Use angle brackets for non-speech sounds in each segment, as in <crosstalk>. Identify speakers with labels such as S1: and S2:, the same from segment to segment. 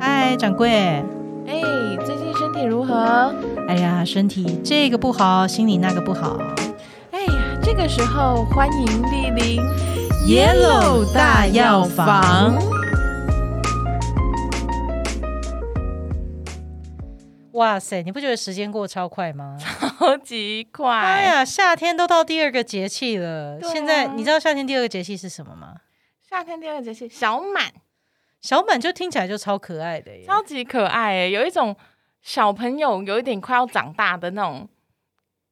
S1: 嗨，掌柜。
S2: 哎，最近身体如何？
S1: 哎呀，身体这个不好，心里那个不好。
S2: 哎呀，这个时候欢迎莅临
S1: Yellow 大药房。哇塞，你不觉得时间过超快吗？
S2: 超级快！
S1: 哎呀，夏天都到第二个节气了。
S2: 对啊
S1: 现在你知道夏天第二个节气是什么吗？
S2: 夏天第二个节气小满，
S1: 小满就听起来就超可爱的耶。
S2: 超级可爱、欸，有一种小朋友有一点快要长大的那种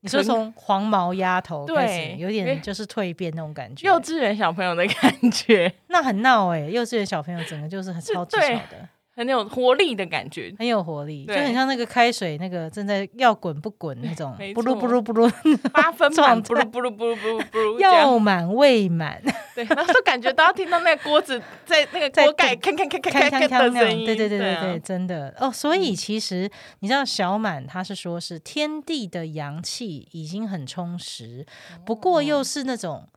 S1: 你说从黄毛丫头开始，
S2: 对
S1: 有点就是蜕变那种感觉。
S2: 幼稚园小朋友的感觉，
S1: 那很闹哎、幼稚园小朋友整个就是很
S2: 是
S1: 超级吵
S2: 对
S1: 的，
S2: 很有活力的感觉。
S1: 很有活力，就
S2: 对
S1: 很像那个开水那个正在要滚不滚那种，
S2: <laughs> 没
S1: 不噜
S2: 错
S1: 不噜不噜，
S2: 八分
S1: 状态
S2: 满，不噜不噜不噜不噜不 <laughs> 噜，这样
S1: 要满未
S2: <laughs>
S1: 满，
S2: 对，然后就感觉到听到那个锅子在那个
S1: 在
S2: 锅盖
S1: 动
S2: 咔咔咔咔
S1: 看
S2: 咔
S1: 看
S2: 咔的
S1: 看那
S2: 声
S1: 种，
S2: 音，
S1: 对对对对
S2: 啊嗯
S1: 对，真的哦。所以其实你知道小满他是说是天地的阳气已经很充实，
S2: 哦
S1: 不过又是那种。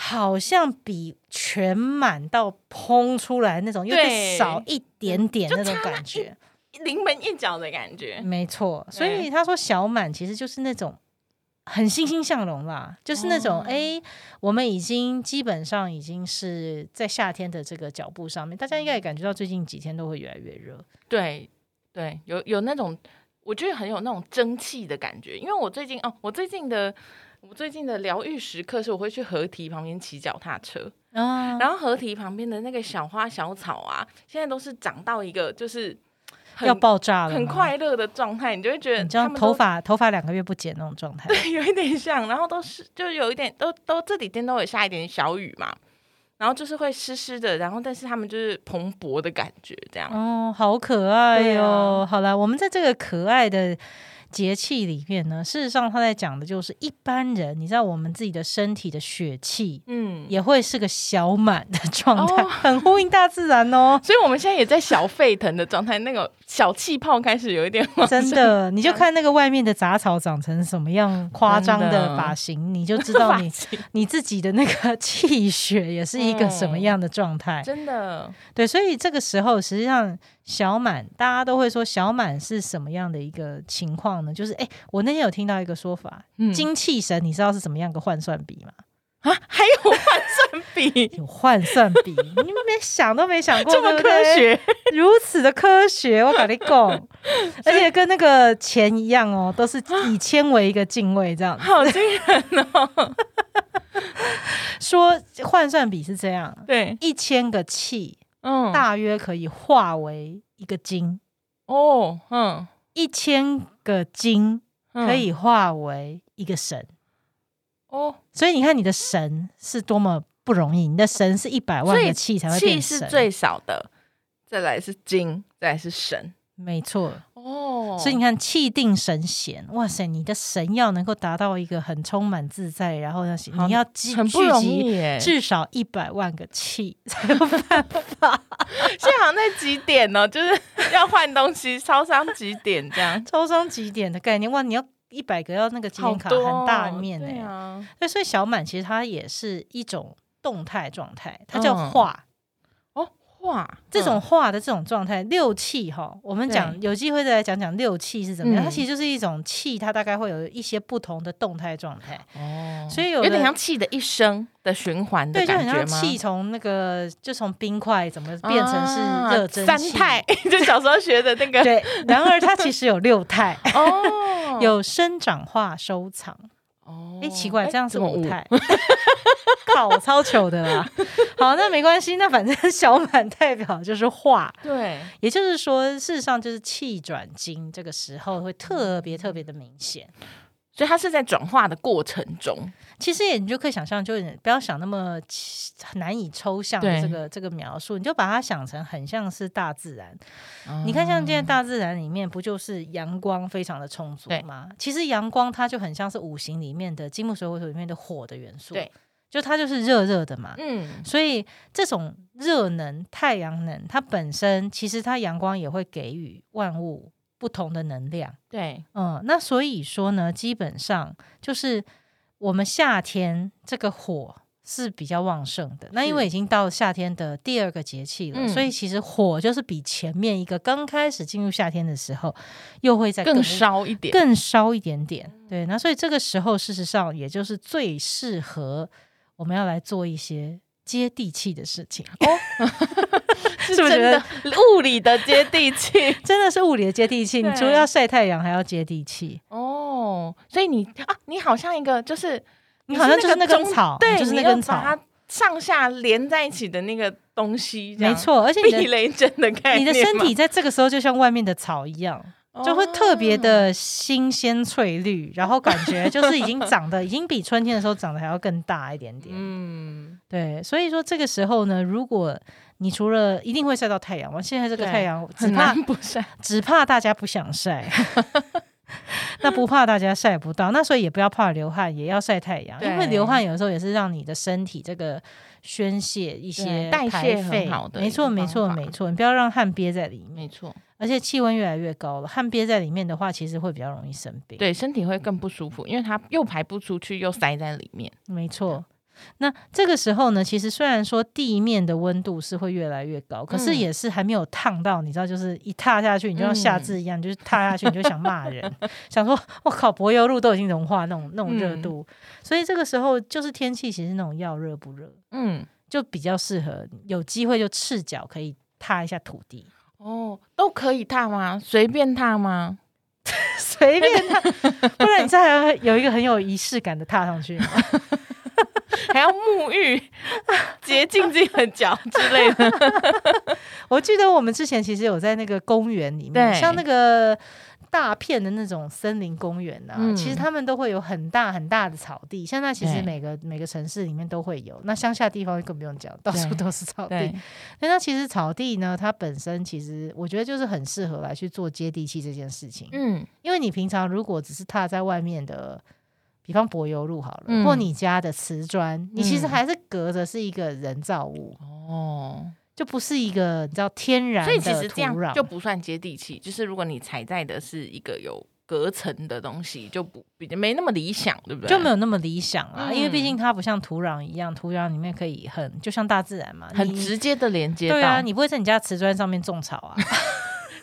S1: 好像比全满到砰出来那种，又再
S2: 对
S1: 少一点点
S2: 就
S1: 那种
S2: 差那
S1: 感
S2: 一
S1: 觉，
S2: 临门一脚的感觉。
S1: 没错，所
S2: 对
S1: 以他说小满其实就是那种很欣欣向荣啦，就是那种
S2: 哦
S1: 哎、诶我们已经基本上已经是在夏天的这个脚步上面，大家应该也感觉到最近几天都会越来越热。
S2: 对对，有有那种，我觉得很有那种蒸汽的感觉。因为我最近哦，我最近的我最近的疗愈时刻是我会去河堤旁边骑脚踏车，
S1: 啊，
S2: 哦然后河堤旁边的那个小花小草啊，现在都是长到一个就是很
S1: 要爆炸了，
S2: 很，快乐的状态，你就会觉得
S1: 你知道
S2: 它们都啊
S1: 头发头发两个月不剪那种状态，
S2: <laughs> 有一点像，然后都是就有一点都都这几天都有下一点小雨嘛，然后就是会湿湿的，然后但是他们就是蓬勃的感觉这样。
S1: 哦，好可爱
S2: 对
S1: 哟、
S2: 啊
S1: 好啦，我们在这个可爱的节气里面呢，事实上他在讲的就是一般人，你知道我们自己的身体的血气，
S2: 嗯，
S1: 也会是个小满的状态，
S2: 哦。
S1: 很呼应大自然哦
S2: <laughs> 所以我们现在也在小沸腾的状态，那个小气泡开始有一点往上
S1: 真的，你就看那个外面的杂草长成什么样夸张
S2: 真
S1: 的
S2: 的
S1: 发型，你就 <laughs> 知道
S2: 发 <laughs>
S1: 你
S2: 起
S1: <laughs> 你自己的那个气血也是一个什么样的状态。
S2: 真的
S1: 对，所以这个时候实际上小满，大家都会说小满是什么样的一个情况呢？就是哎，我那天有听到一个说法，
S2: 嗯
S1: 精气神，你知道是怎么样个换算比吗？
S2: 啊，还有换算比
S1: 有换算比，你们没想都没想过，
S2: <laughs> 这么
S1: 对不
S2: 科
S1: 对
S2: 学，
S1: <laughs> 如此的科学，我跟你
S2: <laughs>
S1: 讲，而且跟那个钱一样哦，都是以千为一个进位，这样
S2: <laughs> 好惊
S1: <laughs>
S2: 人哦！
S1: 说换算比是这样，
S2: 对，
S1: 一千个气
S2: 嗯，
S1: 大约可以化为一个金，
S2: 哦，嗯，
S1: 一千个金
S2: 嗯
S1: 可以化为一个神，
S2: 哦，
S1: 所以你看你的神是多么不容易，你的神是一百万个气才会
S2: 气
S1: 变
S2: 是
S1: 神，
S2: 最少的，再来是金，再来是神。
S1: 没错。
S2: 哦，
S1: 所以你看，气定神闲，哇塞，你的神要能够达到一个很充满自在，然后呢，
S2: 好
S1: 你要聚
S2: 很不
S1: 聚
S2: 容
S1: 集
S2: 易耶，
S1: 至少一百万个气，
S2: 现在好像在几点呢？ <laughs> 就是要换东西，超商几点这样？
S1: 招商几点的概念？哇，你要一百个要那个纪
S2: 好
S1: 念卡
S2: 多哦
S1: 很大面哎、
S2: 对啊，
S1: 对，所以小满其实它也是一种动态状态，它叫
S2: 嗯
S1: 化。
S2: 哦，哇，
S1: 这种化的这种状态，六气哈，我们讲
S2: 对
S1: 有机会再来讲讲六气是怎么样。
S2: 嗯
S1: 它其实就是一种气，它大概会有一些不同的动态状态。
S2: 嗯哦
S1: 所
S2: 以
S1: 以有
S2: 有
S1: 的
S2: 点像气的一生的循环的
S1: 对，就
S2: 感
S1: 很
S2: 觉
S1: 像
S2: 吗？
S1: 气从那个就从冰块怎么变成是热蒸
S2: 啊三
S1: 汽
S2: 态， <laughs> 就小时候学的那
S1: <laughs>
S2: 个
S1: 对，然而它其实有六态，
S2: <laughs> 哦，
S1: 有生长化收藏。
S2: 哦
S1: 哎、奇怪，
S2: 诶
S1: 这样是
S2: 怎么
S1: 五
S2: 五
S1: 态。 <laughs> 靠，我超糗的啦。好，那没关系，那反正 <laughs> 小满代表就是化，
S2: 对，
S1: 也就是说，事实上就是气转金这个时候会特别特别的明显。
S2: 所以它是在转化的过程中，
S1: 其实也你就可以想象，就是不要想那么奇难以抽象的
S2: 对
S1: 这个这个描述，你就把它想成很像是大自然。你看，
S2: 啊
S1: 像现在大自然里面，不就是阳光非常的充足
S2: 对
S1: 吗？其实阳光它就很像是五行里面的金木水火土里面的火的元素，
S2: 对，
S1: 就它就是热热的嘛。
S2: 嗯，
S1: 所以这种热能、太阳能，它本身其实它阳光也会给予万物不同的能量。
S2: 对，
S1: 嗯，那所以说呢，基本上就是我们夏天这个火是比较旺盛的。那因
S2: 是
S1: 为已经到夏天的第二个节气了，
S2: 嗯
S1: 所以其实火就是比前面一个刚开始进入夏天的时候，又会再
S2: 更烧一点，嗯
S1: 更烧一点点。对，那所以这个时候，事实上也就是最适合我们要来做一些接地气的事
S2: <laughs>
S1: 情。
S2: 是
S1: 是不是
S2: 真的物理的接地
S1: <laughs>
S2: 气
S1: 真的是物理的接地气，你
S2: 对
S1: 除了要晒太阳，还要接地气。
S2: 哦。所以你啊，你好像一个就是
S1: 你好像就是那根
S2: 中
S1: 草，
S2: 对，
S1: 哦就是那
S2: 你要
S1: 根草
S2: 把，它上下连在一起的那个东西，这样
S1: 没，错。而且你
S2: <laughs> 避
S1: 的
S2: 雷针的概念嘛，哦
S1: 你的身体在这个时候就像外面的草一样，就会特别的新鲜翠绿，然后感觉就是已经长得已经比春天的时候长得还要更大一点
S2: 哦，
S1: 点。
S2: 嗯，
S1: 对，所以说这个时候呢，如果你除了一定会晒到太阳嘛，现在这个
S2: 对
S1: 太阳只
S2: 很
S1: 怕
S2: 难不晒，
S1: 只怕大家不想晒，
S2: <laughs>
S1: 那不怕大家晒不到，那所以也不要怕流汗，也要晒太阳，
S2: 对
S1: 因为流汗有时候也是让你的身体这个宣泄一些
S2: 对代谢
S1: 排
S2: 很
S1: 废
S2: 好的
S1: 没错，
S2: 一个
S1: 没错，
S2: 方法
S1: 没错，你不要让汗憋在里面，
S2: 没错，
S1: 而且气温越来越高了，汗憋在里面的话，其实会比较容易生病。，
S2: 对，身体会更不舒服，因为它又排不出去，又塞在里面。
S1: 没错。那这个时候呢，其实虽然说地面的温度是会越来越高，可是
S2: 嗯
S1: 也是还没有烫到，你知道，就是一踏下去，你就像夏至一样，你就是踏下去你就想骂人， <laughs> 想说我靠，柏油路都已经融化那种那种热
S2: 嗯
S1: 度，所以这个时候就是天气其实那种要热不热，
S2: 嗯，
S1: 就比较适合有机会就赤脚可以踏一下土地， <laughs>
S2: 哦，都可以踏吗？随便踏吗？ <laughs>
S1: 随便踏， <laughs> 不然你这还会有一个很有仪式感的踏上去。
S2: 还要沐浴、 <laughs> 洁净自己的脚之类的？
S1: 我记得我们之前其实有在那个公园里面，
S2: 对
S1: 像那个大片的那种森林公园啊，
S2: 嗯
S1: 其实他们都会有很大很大的草地。现在其实
S2: 对
S1: 每个每个城市里面都会有，那乡下地方更不用讲，到处
S2: 对
S1: 都是草 <laughs> 地。
S2: <laughs> 对，嗯
S1: 但它其实草地呢，它本身其实我觉得就是很适合来去做接地气这件事情，
S2: 嗯，
S1: 因为你平常如果只是踏在外面的。比方柏油路好了，
S2: 嗯
S1: 或你家的瓷砖，你其实
S2: 嗯
S1: 还是隔着是一个人造物，
S2: 哦，
S1: 就不是一个你知道天然
S2: 所
S1: 的
S2: 以
S1: 土壤。
S2: 其实这样就不算接地气，就是如果你踩在的是一个有隔层的东西，就不比较没那么理想，对不对？
S1: 就没有那么理想啦，
S2: 嗯
S1: 因为毕竟它不像土壤一样，土壤里面可以很就像大自然嘛，
S2: 很
S1: 你。
S2: 直接的连接到，
S1: 对啊，你不会在你家瓷砖上面种草啊，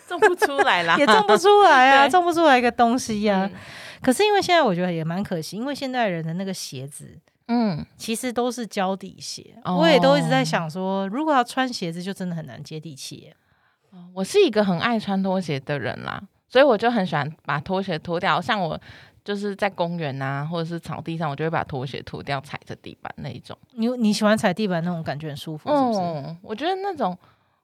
S2: 种不出来啦
S1: <laughs>，
S2: <laughs> 嗯
S1: 也种不出来 <laughs> 啊，
S2: 对
S1: 种不出来一个东西呀、
S2: 嗯
S1: 可是因为现在我觉得也蛮可惜，因为现代人的那个鞋子
S2: 嗯，
S1: 其实都是胶底鞋，
S2: 哦
S1: 我也都一直在想说，如果要穿鞋子，就真的很难接地气耶。
S2: 我是一个很爱穿拖鞋的人啦，所以我就很喜欢把拖鞋脱掉。像我就是在公园啊，或者是草地上，我就会把拖鞋脱掉，踩着地板那一种。
S1: 你你喜欢踩地板那种感觉很舒服，是不是？
S2: 嗯，我觉得那种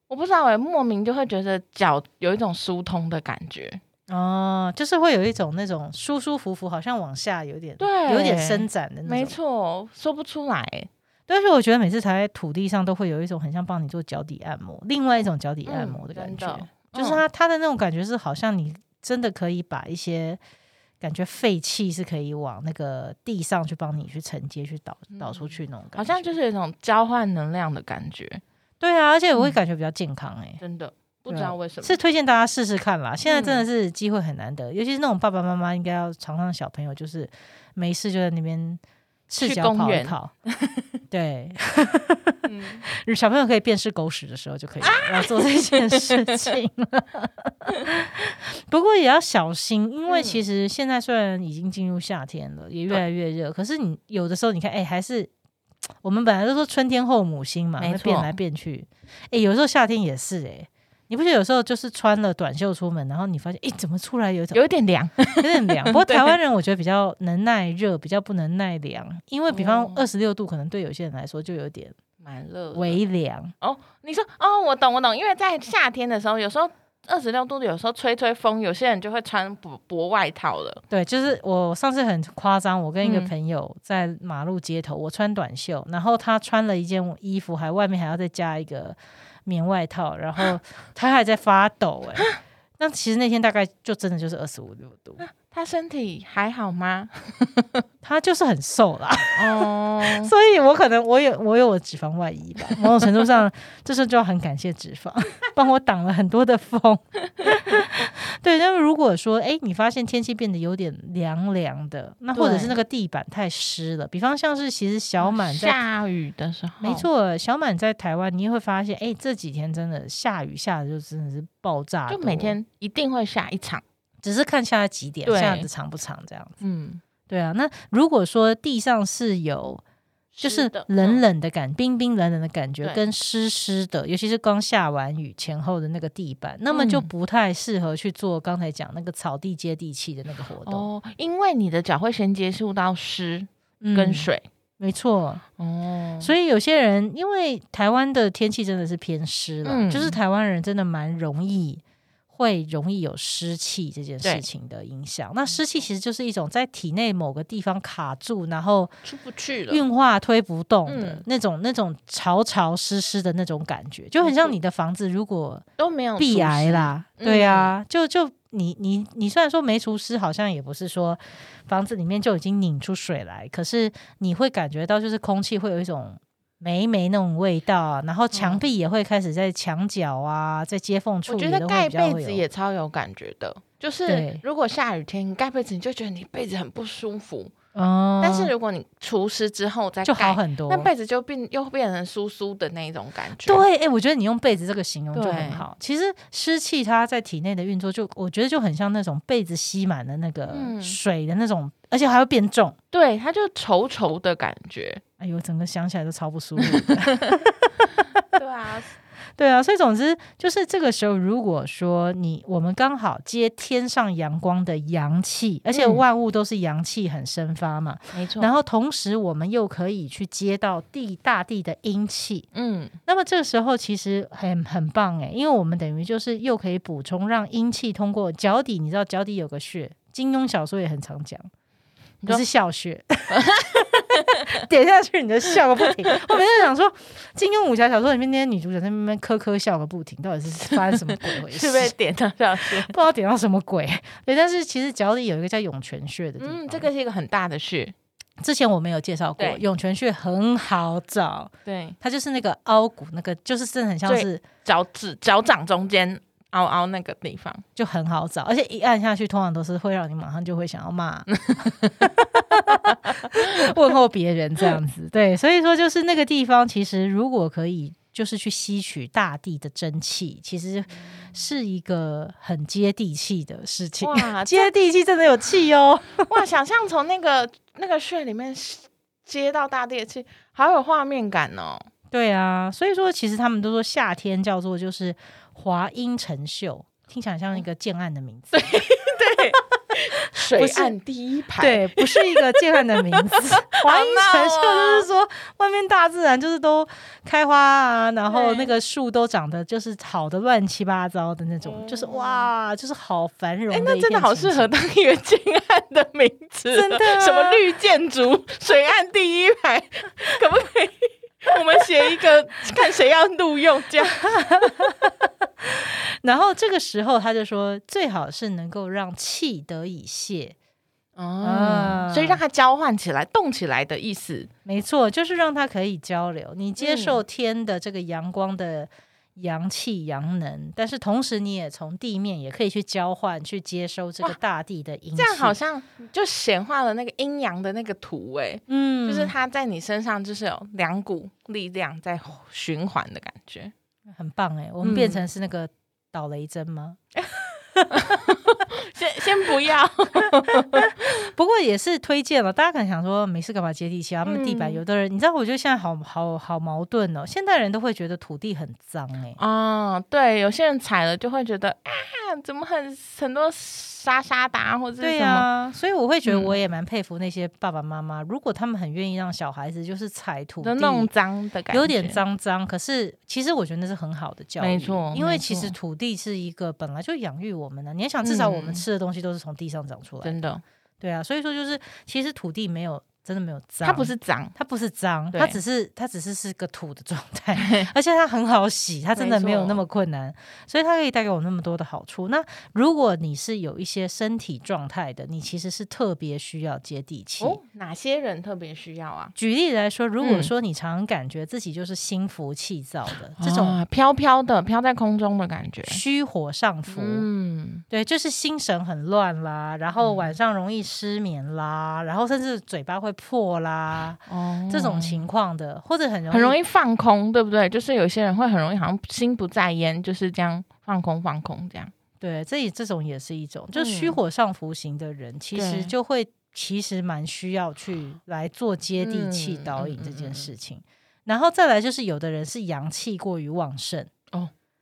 S2: 我不知道哎、莫名就会觉得脚有一种疏通的感觉。
S1: 哦，就是会有一种那种舒舒服服，好像往下有点
S2: 对
S1: 有点伸展的那种。
S2: 没错，说不出来、欸。
S1: 对，而且我觉得每次踩在土地上都会有一种很像帮你做脚底按摩，另外一种脚底按摩的感觉，
S2: E 嗯真的
S1: 就是
S2: 嗯
S1: 它它的那种感觉是好像你真的可以把一些感觉废气是可以往那个地上去帮你去承接去导导出去那种感觉，
S2: 嗯好像就是有一种交换能量的感觉，
S1: 对啊，而且我会
S2: 嗯
S1: 感觉比较健康哎、
S2: 真的不
S1: 对啊
S2: 知道为什么。嗯
S1: 是推荐大家试试看啦，现在真的是机会很难得，尤其是那种爸爸妈妈应该要常让小朋友就是没事就在那边赤
S2: 去
S1: 脚
S2: 公
S1: 跑一
S2: 园
S1: 跑，对，
S2: <laughs> 嗯
S1: 小朋友可以辨识狗屎的时候就可以来做这件事情了。 <laughs> 不过也要小心，因为
S2: 嗯
S1: 其实现在虽然已经进入夏天了，也越来越热，可是你有的时候你看，哎、还是我们本来都说春天后母心嘛，
S2: 没
S1: 会
S2: 错
S1: 变来变去。哎、有时候夏天也是哎、你不觉得有时候就是穿了短袖出门，然后你发现，哎、怎么出来有一种
S2: 有一点凉，
S1: 有点凉？不
S2: <laughs>
S1: 过台湾人我觉得比较能耐热，比较不能耐凉，因为比方
S2: 哦
S1: 二十六度，可能对有些人来说就有点
S2: 蛮热的。
S1: 微凉。
S2: 哦，你说哦，我懂我懂，因为在夏天的时候，有时候二十六度，有时候吹吹风，有些人就会穿薄薄外套了。
S1: 对，就是我上次很夸张，我跟一个
S2: 嗯
S1: 朋友在马路街头，我穿短袖，然后他穿了一件衣服，还外面还要再加一个棉外套，然 <laughs> 后他还在发抖、欸，哎，那其实那天大概就真的就是二十五六度，
S2: 他身体还好吗？
S1: 他就是很瘦啦，
S2: 哦， <laughs>
S1: 所以我可能我有我有我脂肪外移吧，某种程度上，这时候就要很感谢脂
S2: <laughs>
S1: 肪，帮我挡了很多的风。 <laughs> 对，但是如果说，哎，你发现天气变得有点凉凉的，那或者是
S2: 对
S1: 那个地板太湿了，比方像是其实小满在
S2: 哦下雨的时候，
S1: 没，错，小满在台湾，你也会发现，哎、这几天真的下雨下的就真的是爆炸多，
S2: 就每天一定会下一场。
S1: 只是看下来几点，
S2: 对
S1: 下的长不长这样子。
S2: 嗯，
S1: 对啊，那如果说地上是有就是
S2: 的
S1: 冷
S2: 嗯
S1: 冷的感，冰冰冷冷的感觉，
S2: 对
S1: 跟湿湿的，尤其是刚下完雨前后的那个地板，那么就
S2: 嗯
S1: 不太适合去做刚才讲那个草地接地气的那个活动，
S2: 哦，因为你的脚会先接触到湿
S1: 嗯
S2: 跟，水。
S1: 没错。
S2: 哦，
S1: 所以有些人，因为台湾的天气真的是偏湿了，
S2: 嗯
S1: 就是台湾人真的蛮容易会容易有湿气这件事
S2: 对
S1: 情的影响。那湿气其实就是一种在体内某个地方卡住，然后
S2: 以出不去了。
S1: 运化推不动的、
S2: 嗯
S1: 那种、那种潮潮湿湿的那种感觉，就很像你的房子如果
S2: 都没有
S1: 避
S2: 嗯除
S1: 癌
S2: 湿，
S1: 啦，
S2: 嗯
S1: 对啊，就就你你你虽然说没除湿，好像也不是说房子里面就已经拧出水来，可是你会感觉到就是空气会有一种霉霉那种味道，啊然后墙
S2: 嗯
S1: 壁也会开始在墙角啊，在接缝处
S2: 我
S1: 也
S2: 觉
S1: 都
S2: 得
S1: 会
S2: 盖
S1: 比较
S2: 被
S1: 会
S2: 子
S1: 有
S2: 也超有感觉的，就是
S1: 对
S2: 如果下雨天你盖被子，你就觉得你被子很不舒服。
S1: 哦，
S2: 但是如果你除湿之后再
S1: 就好
S2: 盖，
S1: 很多
S2: 那。被子就变又变成酥酥的那一种感觉。
S1: 对，哎、我觉得你用被子这个形容就
S2: 对
S1: 很好。其实湿气它在体内的运作就，我觉得就很像那种被子吸满了那个
S2: 嗯
S1: 水的那种，而且还会变重。
S2: 对，它就稠稠的感觉。
S1: 哎呦，整个想起来都超不舒服的。
S2: <laughs>
S1: <laughs>
S2: 对啊，
S1: 对啊，所以总之就是这个时候，如果说你我们刚好接天上阳光的阳气，而且
S2: 嗯
S1: 万物都是阳气很生发嘛，
S2: 没错。
S1: 然
S2: 后，
S1: 后同时我们又可以去接到地大地的阴气，
S2: 嗯，
S1: 那么这个时候其实很很棒诶，因为我们等于就是又可以补充让阴气通过脚底，你知道脚底有个穴，金庸小说也很常讲。
S2: 你
S1: 不
S2: 说
S1: 是笑穴， <laughs> 点下去你就笑个不停。我每次想说，金庸武侠小说里面那些女主角在那边磕磕笑个不停，到底是发生什么鬼回事？
S2: 是被点到上去。
S1: <laughs> 不知道点到什么鬼。对，但是其实脚底有一个叫涌泉穴的地方，
S2: 嗯，这个是一个很大的事。
S1: 之前我没有介绍过
S2: 对，
S1: 涌泉穴很好找，
S2: 对，
S1: 它就是那个凹骨，那个就是真的很像
S2: 对
S1: 是。
S2: 脚趾脚掌中间凹凹那个地方，
S1: 就很好找，而且一按下去，通常都是会让你马上就会想要 <laughs> 骂、问候别人这样子。对，所以说就是那个地方，其实如果可以，就是去吸取大地的真气，其实是一个很接地气的事情。 <laughs>
S2: 哇，
S1: 接地气真的有气哦，
S2: 哇，想象从那个那个穴里面接到大地气，好有画面感哦。
S1: 对啊，所以说其实他们都说夏天叫做就是华阴成秀，听起来像一个建案的名字。
S2: 水
S1: 是
S2: 岸第一排，，
S1: 对，不是一个健汉的名
S2: <laughs>
S1: 字。 <laughs> 哦华阴
S2: 哦
S1: 城秀就是说，外面大自然就是都开花啊，然后
S2: 对
S1: 那个树都长得就是好的乱七八糟的那种，就是
S2: 嗯
S1: 哇，就是好繁荣
S2: 哎、
S1: 一
S2: 那真的
S1: 片
S2: 好
S1: 情
S2: 适合
S1: 景。
S2: 当一个建案的名字，
S1: 真的啊
S2: 什么绿建筑、水岸第一排，可不可以？我们写一个，看谁要录用这样。
S1: 然后这个时候他就说，最好是能够让气得以泄。
S2: 哦、所以让它交换起来、动起来的意思。
S1: 没错，就是让它可以交流。你接
S2: 嗯
S1: 受天的这个阳光的阳气、阳能，但是同时你也从地面也可以去交换、去接收这个
S2: 哇
S1: 大地的阴气。
S2: 这样好像就显化了那个阴阳的那个图、哎、
S1: 嗯，
S2: 就是它在你身上就是有两股力量在循环的感觉。
S1: 很棒哎、我们变
S2: 嗯
S1: 成是那个倒雷针吗？ <laughs>
S2: 先先不要，
S1: 不过也是推荐了，大家可能想说没事干嘛接地气啊？他们地板
S2: 嗯
S1: 有的人，你知道，我觉得现在好好好矛盾哦。现代人都会觉得土地很脏哎、
S2: <laughs> 哦，对，有些人踩了就会觉得啊，怎么很很多沙沙的啊，或者是
S1: 对
S2: 什么？
S1: 啊，所以我会觉得
S2: 嗯
S1: 我也蛮佩服那些爸爸妈妈，如果他们很愿意让小孩子就是踩土
S2: 就
S1: 地，
S2: 弄脏的感觉，
S1: 有点。脏脏，可是其实我觉得那是很好的教育，
S2: 没错
S1: 因为
S2: 没
S1: 其实
S2: 错
S1: 土地是一个本来就养育我们的、你要想，至少我们
S2: 嗯
S1: 吃的东西都是从地上长出来的
S2: 真的，
S1: 对啊，所以说就是其实土地没有真的没有脏，
S2: 它不是脏，
S1: 它不是脏，
S2: 对
S1: 它只是它只是是个土的状
S2: <laughs>
S1: 态，而且它很好洗，它真的
S2: 没错
S1: 没有那么困难，所以它可以带给我那么多的好处。那如果你是有一些身体状态的，你其实是特别需要接地气。
S2: 哦，哪些人特别需要啊？
S1: 举例来说，如果
S2: 嗯
S1: 说你常常感觉自己就是心浮气躁的、这种
S2: 啊飘飘的飘在空中的感觉，
S1: 虚火上浮，
S2: 嗯，
S1: 对，就是心神很乱啦，然后晚上容易失眠啦，然后甚至嘴巴会破啦，
S2: 哦
S1: 这种情况的，或者很容易
S2: 很容易放空，对不对？就是有些人会很容易，好像心不在焉，就是这样放空放空这样。
S1: 对，这也这种也是一种，就是虚
S2: 嗯
S1: 火上浮型的人，其
S2: 对
S1: 实就会其实蛮需要
S2: <sniffs>
S1: 去来做接地气
S2: 嗯
S1: 导
S2: 嗯
S1: 引这
S2: 嗯
S1: 件
S2: 嗯
S1: 事情。然后再来就是，有的人是阳气过于旺盛，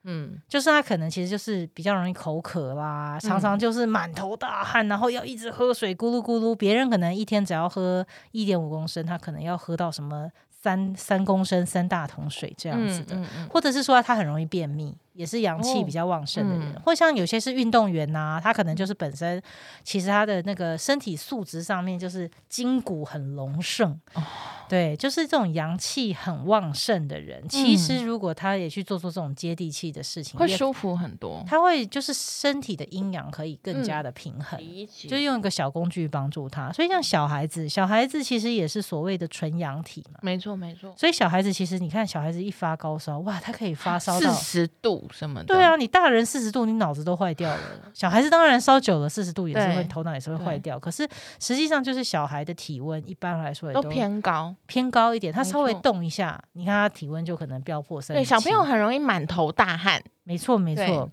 S2: 嗯，
S1: 就是他可能其实就是比较容易口渴啦，常
S2: 嗯
S1: 常就是满头大汗，然后要一直喝水，咕噜咕噜。别人可能一天只要喝一点五公升，他可能要喝到什么三三公升、三大桶水这
S2: 这
S1: 样子的。
S2: 嗯嗯
S1: 或者是说他很容易便秘，也是阳气
S2: 哦
S1: 比较旺盛的人，
S2: 嗯
S1: 或像有些是运动员呐、他可能就是本身其实他的那个身体素质上面就是筋骨很隆盛，
S2: 哦
S1: 对，就是这种阳气很旺盛的人，其实如果他也去做做这种接地气的事情，
S2: 嗯会
S1: 也
S2: 舒服很多。
S1: 他会就是身体的阴阳可以更加的平衡。
S2: 嗯理解
S1: 就用一个小工具帮助他，所以像小孩子，小孩子其实也是所谓的纯阳体嘛。
S2: 没错没错，
S1: 所以小孩子其实你看，小孩子一发高烧，哇，他可以发烧
S2: 四
S1: 到
S2: 十度什么的。
S1: 对，啊，你大人四十度，你脑子都坏掉了。小孩子当然烧久了，四十度也是会
S2: 对
S1: 头脑也是会坏
S2: 对
S1: 掉。可是实际上就是小孩的体温一般来说也
S2: 都
S1: 都
S2: 偏高。
S1: 偏高一点，他
S2: 没
S1: 稍微
S2: 错
S1: 动一下，你看他体温就可能飙破三。
S2: 对，小朋友很容易满头大汗。
S1: 没错没
S2: 对
S1: 错。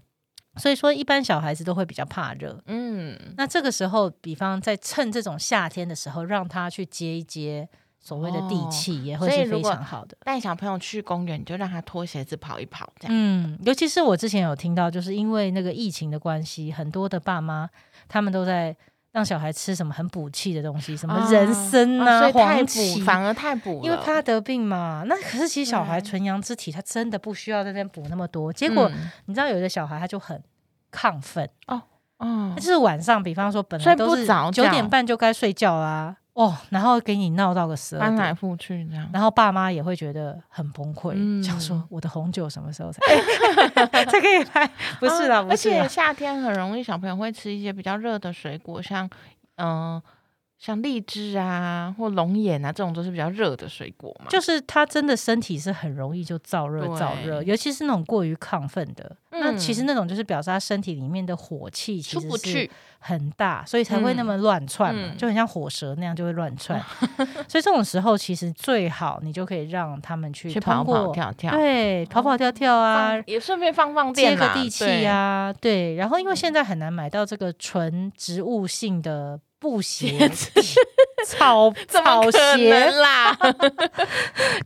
S1: 所以说，一般小孩子都会比较怕热。
S2: 嗯，
S1: 那这个时候，比方在趁这种夏天的时候，让他去接一接所谓的地
S2: 哦
S1: 气，也会
S2: 所以
S1: 是
S2: 如
S1: 非
S2: 果
S1: 常好的。
S2: 带小朋友去公园，你就让他脱鞋子跑一跑，这样。
S1: 嗯，尤其是我之前有听到，就是因为那个疫情的关系，很多的爸妈他们都在让小孩吃什么很补气的东西，什么
S2: 啊
S1: 人参
S2: 啊所以太
S1: 黄芪
S2: 补，，反而太补了，
S1: 因为怕得病嘛。那可是其实小孩
S2: 对
S1: 纯阳之体，他真的不需要在那边补那么多。结果、
S2: 嗯
S1: 你知道，有的小孩他就很。亢奋，
S2: 哦
S1: 他就是晚上，比方说本来
S2: 睡不
S1: 都是
S2: 着
S1: 九
S2: 觉
S1: 点半就该睡觉啦，哦，然后给你闹到个十二
S2: 翻
S1: 点
S2: 来，覆去这样。
S1: 然后爸妈也会觉得很崩溃，
S2: 嗯
S1: 想说我的红酒什么时候才才 <laughs> 可以来？不是啦，
S2: 啊
S1: 不
S2: 而
S1: 是啦
S2: 且，夏天很容易小朋友会吃一些比较热的水果，像嗯、呃像荔枝啊或龙眼啊这种都是比较热的水果嘛。
S1: 就是他真的身体是很容易就燥热
S2: 对嗯
S1: 燥热，尤其是那种过于亢奋的，那其实那种就是表示他身体里面的火气其
S2: 出
S1: 实
S2: 不
S1: 是
S2: 去，
S1: 很大，所以才会那么乱窜嘛，
S2: 嗯
S1: 就很像火蛇那样就会乱
S2: <laughs>
S1: 窜。所以这种时候其实最好你就可以让他们去
S2: 去
S1: 通
S2: 跑跑
S1: 过
S2: 跳跳，哦
S1: 对跑跑跳跳啊，
S2: 放也顺便放放
S1: 接
S2: 电
S1: 个
S2: 啦，
S1: 地气啊
S2: 对嗯
S1: 呀、，对。然后因为现在很难买到这个纯植物性的布鞋
S2: 鞋、
S1: <laughs> 草
S2: <laughs> 怎么
S1: 草
S2: 可
S1: 鞋，
S2: 能
S1: <laughs>
S2: 啦？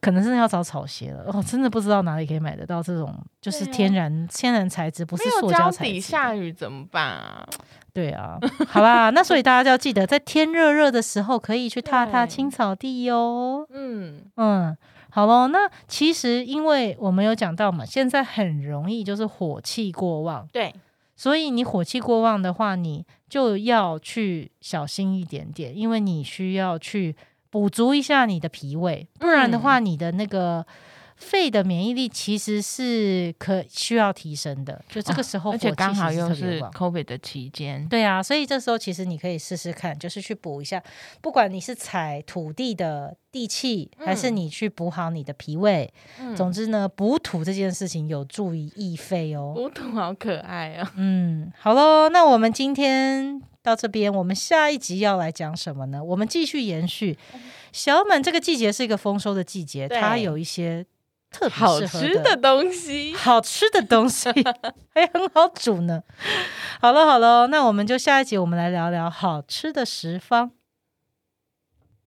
S1: 可能真的要找草鞋了。哦，真的不知道哪里可以买得到这种，就是
S2: 对啊
S1: 天然、天然材质，不是
S2: 没有
S1: 塑胶
S2: 胶
S1: 材
S2: 底
S1: 质。
S2: 下雨怎么办啊？
S1: 对啊，好啦，那所以大家就要记得，在天热热的时候，可以去踏踏
S2: 对
S1: 青草地哟。
S2: 嗯，
S1: 嗯，好喽。那其实因为我们有讲到嘛，现在很容易就是火气过旺。
S2: 对，
S1: 所以你火气过旺的话，你就要去小心一点点，因为你需要去补足一下你的脾胃，不然的
S2: 嗯
S1: 话，你的那个肺的免疫力其实是可需要提升的。就这个时候，
S2: 啊而且刚好又
S1: 特别
S2: 是
S1: 旺。
S2: COVID 的期间，
S1: 对啊，所以这时候其实你可以试试看，就是去补一下，不管你是踩土地的地气，还是
S2: 嗯
S1: 你去补好你的脾胃。
S2: 嗯
S1: 总之呢，补土这件事情有助于益肺哦。
S2: 乌土好可爱啊！
S1: 嗯，好喽，那我们今天到这边，我们下一集要来讲什么呢？我们继续延续小满这个季节是一个丰收的季节，
S2: 嗯对
S1: 它有一些特别
S2: 好
S1: 适合
S2: 吃的东西，
S1: 好吃的东西，
S2: <laughs>
S1: 还很好煮呢。好了好了，那我们就下一集我们来聊聊好吃的食方。